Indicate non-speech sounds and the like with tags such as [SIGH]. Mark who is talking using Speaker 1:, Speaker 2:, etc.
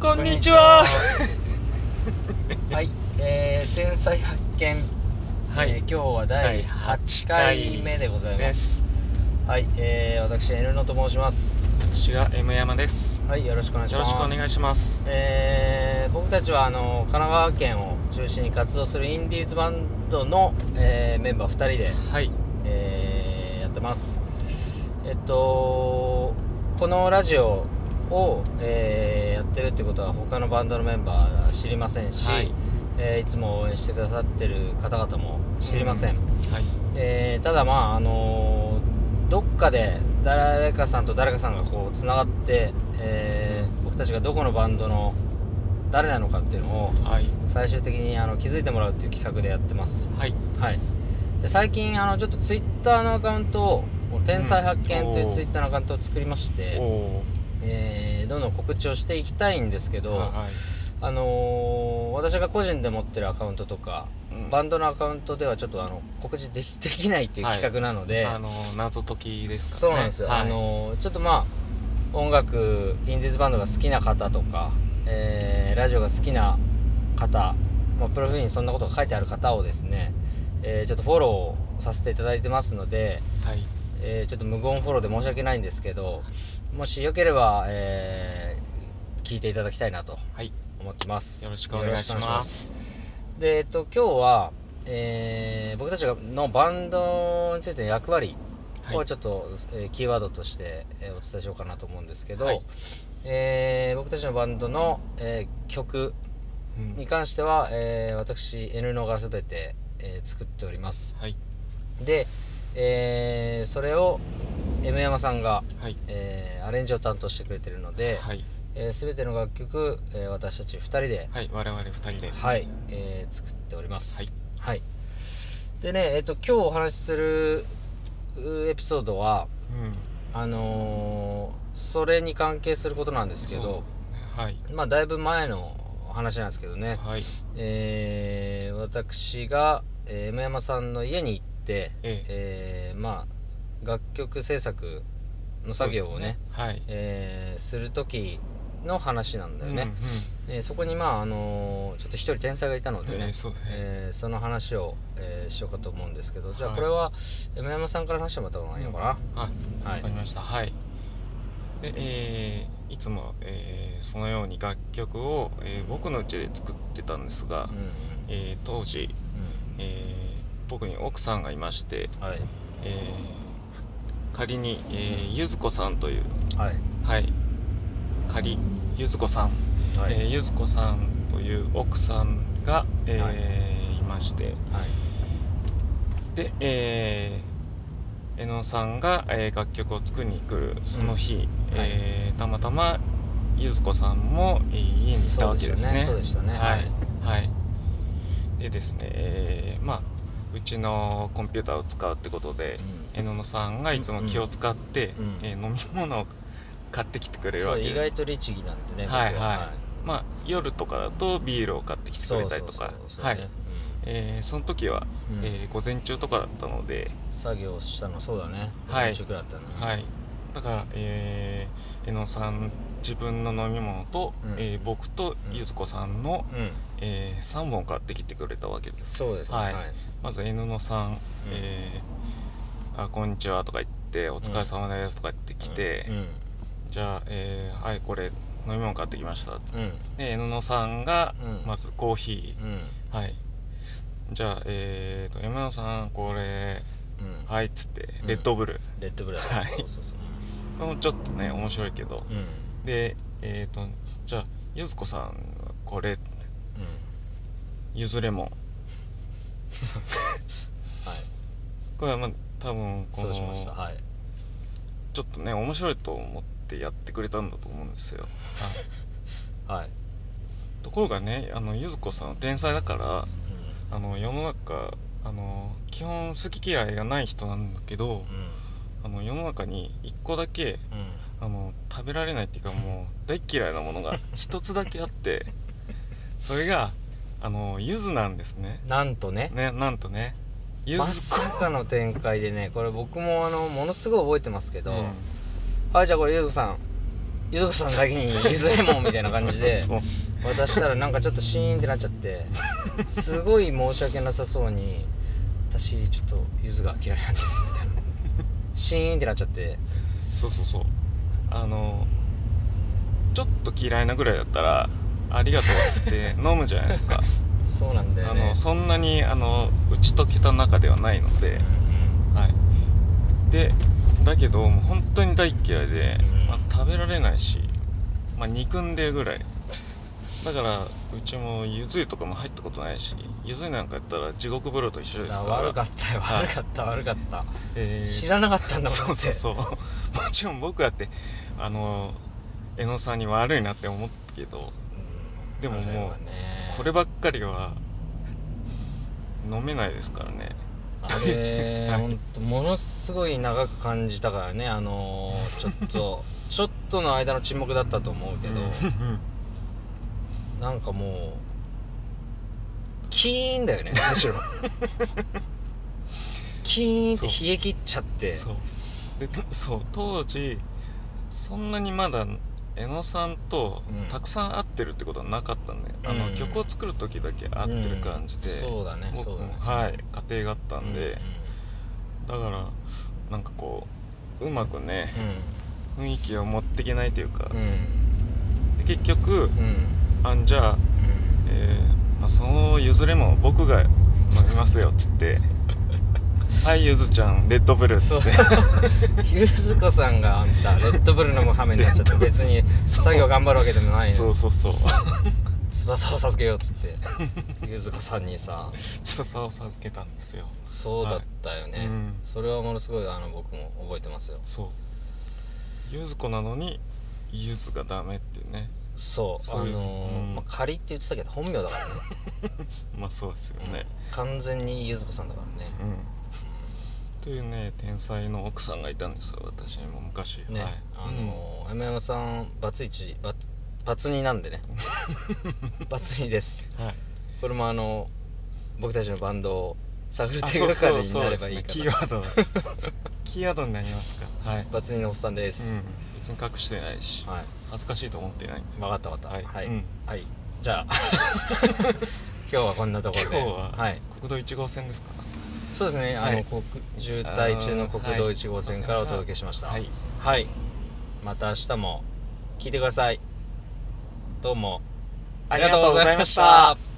Speaker 1: こんにちは。
Speaker 2: [LAUGHS] はい、えー、天才発見、
Speaker 1: はい
Speaker 2: えー今日は第
Speaker 1: 第
Speaker 2: 8回目でござい
Speaker 1: で
Speaker 2: ます
Speaker 1: す。
Speaker 2: はい、えー、私 N のと申します
Speaker 1: 私が M 山です。
Speaker 2: はいよろしくお願いし
Speaker 1: よ
Speaker 2: ます
Speaker 1: ろしくお願いします。
Speaker 2: えー、僕たちはあの神奈川県を中心に活動するインディーズバンドの、えーメンバー2人で、
Speaker 1: はい。
Speaker 2: えーやってますえっとこのラジオを、えーやってるってことは他のバンドのメンバーは知りませんし、
Speaker 1: はい。
Speaker 2: えーいつも応援してくださってる方々も知りません、
Speaker 1: は
Speaker 2: えーただまああのーどっかで誰かさんと誰かさんがこうつながって、えー僕たちがどこのバンドの誰なのかっていうのを
Speaker 1: い。はい。
Speaker 2: 最終的にあの気づいてもらうっていう企画でやってます
Speaker 1: はい。
Speaker 2: はいで最近あのちょっとツイッターのアカウントを「天才発見」といううんツイッターのアカウントを作りまして、
Speaker 1: おお。
Speaker 2: えーどんどん告知をしていきたいんですけど、
Speaker 1: はい。
Speaker 2: あのー私が個人で持ってるアカウントとか、
Speaker 1: うん
Speaker 2: バンドのアカウントではちょっとあの告知でき [LAUGHS] できないっていう企画なので、
Speaker 1: あの謎解きですか
Speaker 2: そう
Speaker 1: らね。
Speaker 2: なんですよ、
Speaker 1: はい
Speaker 2: あのーちょっとまあ音楽インディーズバンドが好きな方とか、えーラジオが好きな方、まあ、プロフィールにそんなことが書いてある方をですね、えーちょっとフォローさせていただいてますので、
Speaker 1: はい。
Speaker 2: えーちょっと無言フォローで申し訳ないんですけどもしよければ、えー聞いていただきたいなと
Speaker 1: はい。
Speaker 2: 思ってます
Speaker 1: よろしくお願いし
Speaker 2: よろくお願
Speaker 1: ま
Speaker 2: い
Speaker 1: す。
Speaker 2: で、えっと、今日は、えー僕たちのバンドについての役割
Speaker 1: は
Speaker 2: を
Speaker 1: い。
Speaker 2: ちょっと、えーキーワードとして、えーお伝えしようかなと思うんですけど、
Speaker 1: はい
Speaker 2: えー僕たちのバンドの、えー曲
Speaker 1: うん
Speaker 2: に関しては、えー私 N のが全て、えー作っております
Speaker 1: はい。
Speaker 2: で、えーそれを M 山さんが、
Speaker 1: はい。
Speaker 2: えーアレンジを担当してくれてるので、
Speaker 1: はい。
Speaker 2: えー全ての楽曲、えー私たち2人で
Speaker 1: はい。我々二人で。
Speaker 2: はい、えー作っております。はい。でね、えっ、と、今日お話しするうエピソードは、
Speaker 1: うん。
Speaker 2: あのーそれに関係することなんですけど、
Speaker 1: そう。はい。
Speaker 2: まあ、だいぶ前の話なんですけどね、
Speaker 1: はい。
Speaker 2: えー私が、えー、M 山さんの家に行って、
Speaker 1: ええ。
Speaker 2: えーまあ、楽曲制作の作業をね、
Speaker 1: そうですね。はい。
Speaker 2: えーする時の話なんだよね。
Speaker 1: うんうん
Speaker 2: えーそこにまああのーちょっと一人天才がいたのでね、
Speaker 1: え
Speaker 2: え
Speaker 1: えそうですね
Speaker 2: ーその話を、えーしようかと思うんですけどじゃあ
Speaker 1: はい
Speaker 2: これは山山さんから話してもらった方がいいのか
Speaker 1: あ、
Speaker 2: な、
Speaker 1: わか
Speaker 2: はい
Speaker 1: りました。はい。で、えーいつも、えーそのように楽曲を、えー僕の家で作ってたんですが、
Speaker 2: うんうん
Speaker 1: えー当時、えー僕に奥さんがいまして、
Speaker 2: うんはい
Speaker 1: えー仮に、えーゆずこさんという、
Speaker 2: はい
Speaker 1: はい、仮ゆずこさん、
Speaker 2: はい、
Speaker 1: えーゆずこさんという奥さんが、えー、
Speaker 2: はい
Speaker 1: まして、
Speaker 2: はい
Speaker 1: で、えー、江野さんが、えー楽曲を作りに来るその日、
Speaker 2: うんはい
Speaker 1: えーたまたまゆず子さんも、えー家にいたわけですね。
Speaker 2: そうでしたねそうでしたね
Speaker 1: はい、はい、でですね、えーまあうちのコンピューターを使うってことで、江野さんがいつも気を使っ
Speaker 2: う
Speaker 1: て、
Speaker 2: んうん
Speaker 1: えー飲み物を買ってきてく
Speaker 2: う
Speaker 1: れ
Speaker 2: ん、
Speaker 1: る
Speaker 2: そ
Speaker 1: わ
Speaker 2: う
Speaker 1: け
Speaker 2: 意
Speaker 1: で
Speaker 2: 外
Speaker 1: す。
Speaker 2: と律儀なんでね僕
Speaker 1: はいはいまあ夜とかだとビールを買ってきてく
Speaker 2: そ
Speaker 1: れ
Speaker 2: う
Speaker 1: た
Speaker 2: そ
Speaker 1: り
Speaker 2: う
Speaker 1: と
Speaker 2: そう
Speaker 1: か、
Speaker 2: そう
Speaker 1: はい
Speaker 2: ね。
Speaker 1: えーその時は、
Speaker 2: うんうん
Speaker 1: えー午前中とかだったので、
Speaker 2: 作業したのそうだね
Speaker 1: はい
Speaker 2: 途中くらいだったね
Speaker 1: はい、だから、えー、江野さん自分の飲み物と、
Speaker 2: うん
Speaker 1: えー僕と
Speaker 2: うん
Speaker 1: ゆず子さんの、
Speaker 2: うん
Speaker 1: え3本買ってきてくれたわけです
Speaker 2: そうですね
Speaker 1: はいまず江野さん、えーあ「こんにちは」とか言って「お疲れ様です」とか言ってきて、
Speaker 2: うん
Speaker 1: じゃあ、えーはいこれ飲み物買ってきました」
Speaker 2: うん
Speaker 1: で江野さんが、
Speaker 2: うん
Speaker 1: まずコーヒ
Speaker 2: うん
Speaker 1: ーはいじゃあえーと山野さんこれ
Speaker 2: うん、うん
Speaker 1: はいっつって
Speaker 2: うん
Speaker 1: レッドブル、
Speaker 2: レッドブルだ
Speaker 1: はい
Speaker 2: そうそうそう
Speaker 1: これもちょっとね面白いけど、
Speaker 2: うんうん
Speaker 1: でえっ、とじゃあゆずこさんこれゆずレモン
Speaker 2: はい
Speaker 1: これはまあ多分こ
Speaker 2: そう
Speaker 1: の
Speaker 2: しました
Speaker 1: ち
Speaker 2: はい
Speaker 1: ょっとね面白いと思ってやってくれたんだと思うんです
Speaker 2: [LAUGHS]
Speaker 1: よ、はい
Speaker 2: はい、
Speaker 1: ところがねあのゆずこさんは天才だからあの世の中あの基本好き嫌いがない人なんだけど
Speaker 2: うん
Speaker 1: あの世の中に一個だけ
Speaker 2: うん
Speaker 1: あの食べられないっていうかもう大っ嫌いなものが一つだけ
Speaker 2: [LAUGHS]
Speaker 1: あってそれがあのゆずなんですね
Speaker 2: うんなんとね
Speaker 1: ねなんとねゆ
Speaker 2: ま
Speaker 1: ず
Speaker 2: さかの展開でねこれ僕もあのものすごい覚えてますけ
Speaker 1: こ
Speaker 2: ど、はいじゃあこれゆずさんゆずこさんだけ
Speaker 1: [LAUGHS]
Speaker 2: に譲れもんみたいな感じで
Speaker 1: そう
Speaker 2: 渡したらなんかちょっとシーンってなっちゃってすごい申し訳なさそうに「私ちょっとゆずが嫌いなんです」みたいなシーンってなっちゃって
Speaker 1: そうそうそうあのちょっと嫌いなぐらいだったら「ありがとう」っつ
Speaker 2: [LAUGHS]
Speaker 1: って飲むじゃないですか
Speaker 2: そうなんだよ
Speaker 1: あ
Speaker 2: ね
Speaker 1: のそんなにあの打ち解けた中ではないので、はい、でだけどもう本当に大っ嫌いで、
Speaker 2: うん
Speaker 1: まあ、食べられないし、まあ、憎んでるぐらいだからうちもゆず湯とかも入ったことないしゆず湯なんかやったら地獄風呂と一緒
Speaker 2: うん
Speaker 1: で
Speaker 2: だ
Speaker 1: す
Speaker 2: か
Speaker 1: からら
Speaker 2: 悪かったよ
Speaker 1: はい
Speaker 2: 悪かった悪かった
Speaker 1: えー
Speaker 2: 知らなかったんだもんだって
Speaker 1: そうそうそうもちろん僕だってあの江野さんに悪いなって思ったけど
Speaker 2: うん
Speaker 1: でももう
Speaker 2: あれはね
Speaker 1: こればっかりは飲めないですからね
Speaker 2: あれ、
Speaker 1: はい
Speaker 2: ほんとものすごい長く感じたからねあのー、ちょっとちょっとの間の沈黙だったと思うけど、なんかもうキーンだよねむしろキーンって冷え切っちゃって
Speaker 1: そうでとそう当時そんなにまだ江野さんと
Speaker 2: うん
Speaker 1: たくさん会ってるってことはなかったんで、あ
Speaker 2: う
Speaker 1: の
Speaker 2: ん
Speaker 1: 曲を作る時だけ会ってる感じで、
Speaker 2: うんそうだねそう
Speaker 1: 僕
Speaker 2: だ
Speaker 1: も、
Speaker 2: ね
Speaker 1: はい家庭があったんで、
Speaker 2: う
Speaker 1: だからなんかこううまくね
Speaker 2: ん
Speaker 1: 雰囲気を持っていけないというか、
Speaker 2: うん
Speaker 1: で結局
Speaker 2: うんうん
Speaker 1: あんじゃあ、えーまあ、その譲れも僕が飲みますよっ
Speaker 2: [LAUGHS]
Speaker 1: つって「はいゆずちゃんレッドブルー」っつ
Speaker 2: そう
Speaker 1: って
Speaker 2: ゆずこさんがあんたレッドブルのむ羽目になっちゃって別に作業頑張るわけでもない
Speaker 1: そ
Speaker 2: の
Speaker 1: う
Speaker 2: に
Speaker 1: そうそう
Speaker 2: 翼を授けようっつ
Speaker 1: [LAUGHS]
Speaker 2: ってゆずこさんにさ
Speaker 1: 翼を授けたんですよ、
Speaker 2: そうだったよね、
Speaker 1: うん
Speaker 2: それはものすごいあの僕も覚えてますよ
Speaker 1: そうゆず子なのにゆずがダメっていうね
Speaker 2: そう
Speaker 1: そういう
Speaker 2: あのー
Speaker 1: うん
Speaker 2: まあ、仮って言ってたけど本名だからね
Speaker 1: まあそうですよね
Speaker 2: 完全にゆずこさんだからね
Speaker 1: うんというね天才の奥さんがいたんですよ私にも昔
Speaker 2: ね、
Speaker 1: はい、
Speaker 2: あのー、山山さんバツイチバツバツ2なんで
Speaker 1: [LAUGHS]
Speaker 2: ねバツ2です
Speaker 1: うんはい
Speaker 2: これもあの僕たちのバンドを探る
Speaker 1: あ
Speaker 2: 手
Speaker 1: そう
Speaker 2: がかり
Speaker 1: そう
Speaker 2: に
Speaker 1: そ
Speaker 2: な
Speaker 1: う
Speaker 2: れ
Speaker 1: で
Speaker 2: ば
Speaker 1: す
Speaker 2: いい
Speaker 1: ね
Speaker 2: か
Speaker 1: キー
Speaker 2: ら
Speaker 1: ワード
Speaker 2: [LAUGHS]
Speaker 1: キーワードになりますかはい、うん、
Speaker 2: バツ2のおっさんです、
Speaker 1: 別に隠してないし
Speaker 2: はい
Speaker 1: 恥ずかしいと思ってないんで
Speaker 2: 分かった分かった
Speaker 1: は
Speaker 2: はいい、はい
Speaker 1: うん
Speaker 2: じゃあ [LAUGHS] 今日はこんなところ
Speaker 1: 今
Speaker 2: で
Speaker 1: 日は、
Speaker 2: はい、
Speaker 1: 国道1号線ですか
Speaker 2: そうですね、
Speaker 1: はい
Speaker 2: あの国渋滞中の国道1号線からお届けしました
Speaker 1: はい
Speaker 2: はい、また明日も聞いてくださいどうもありがとうございました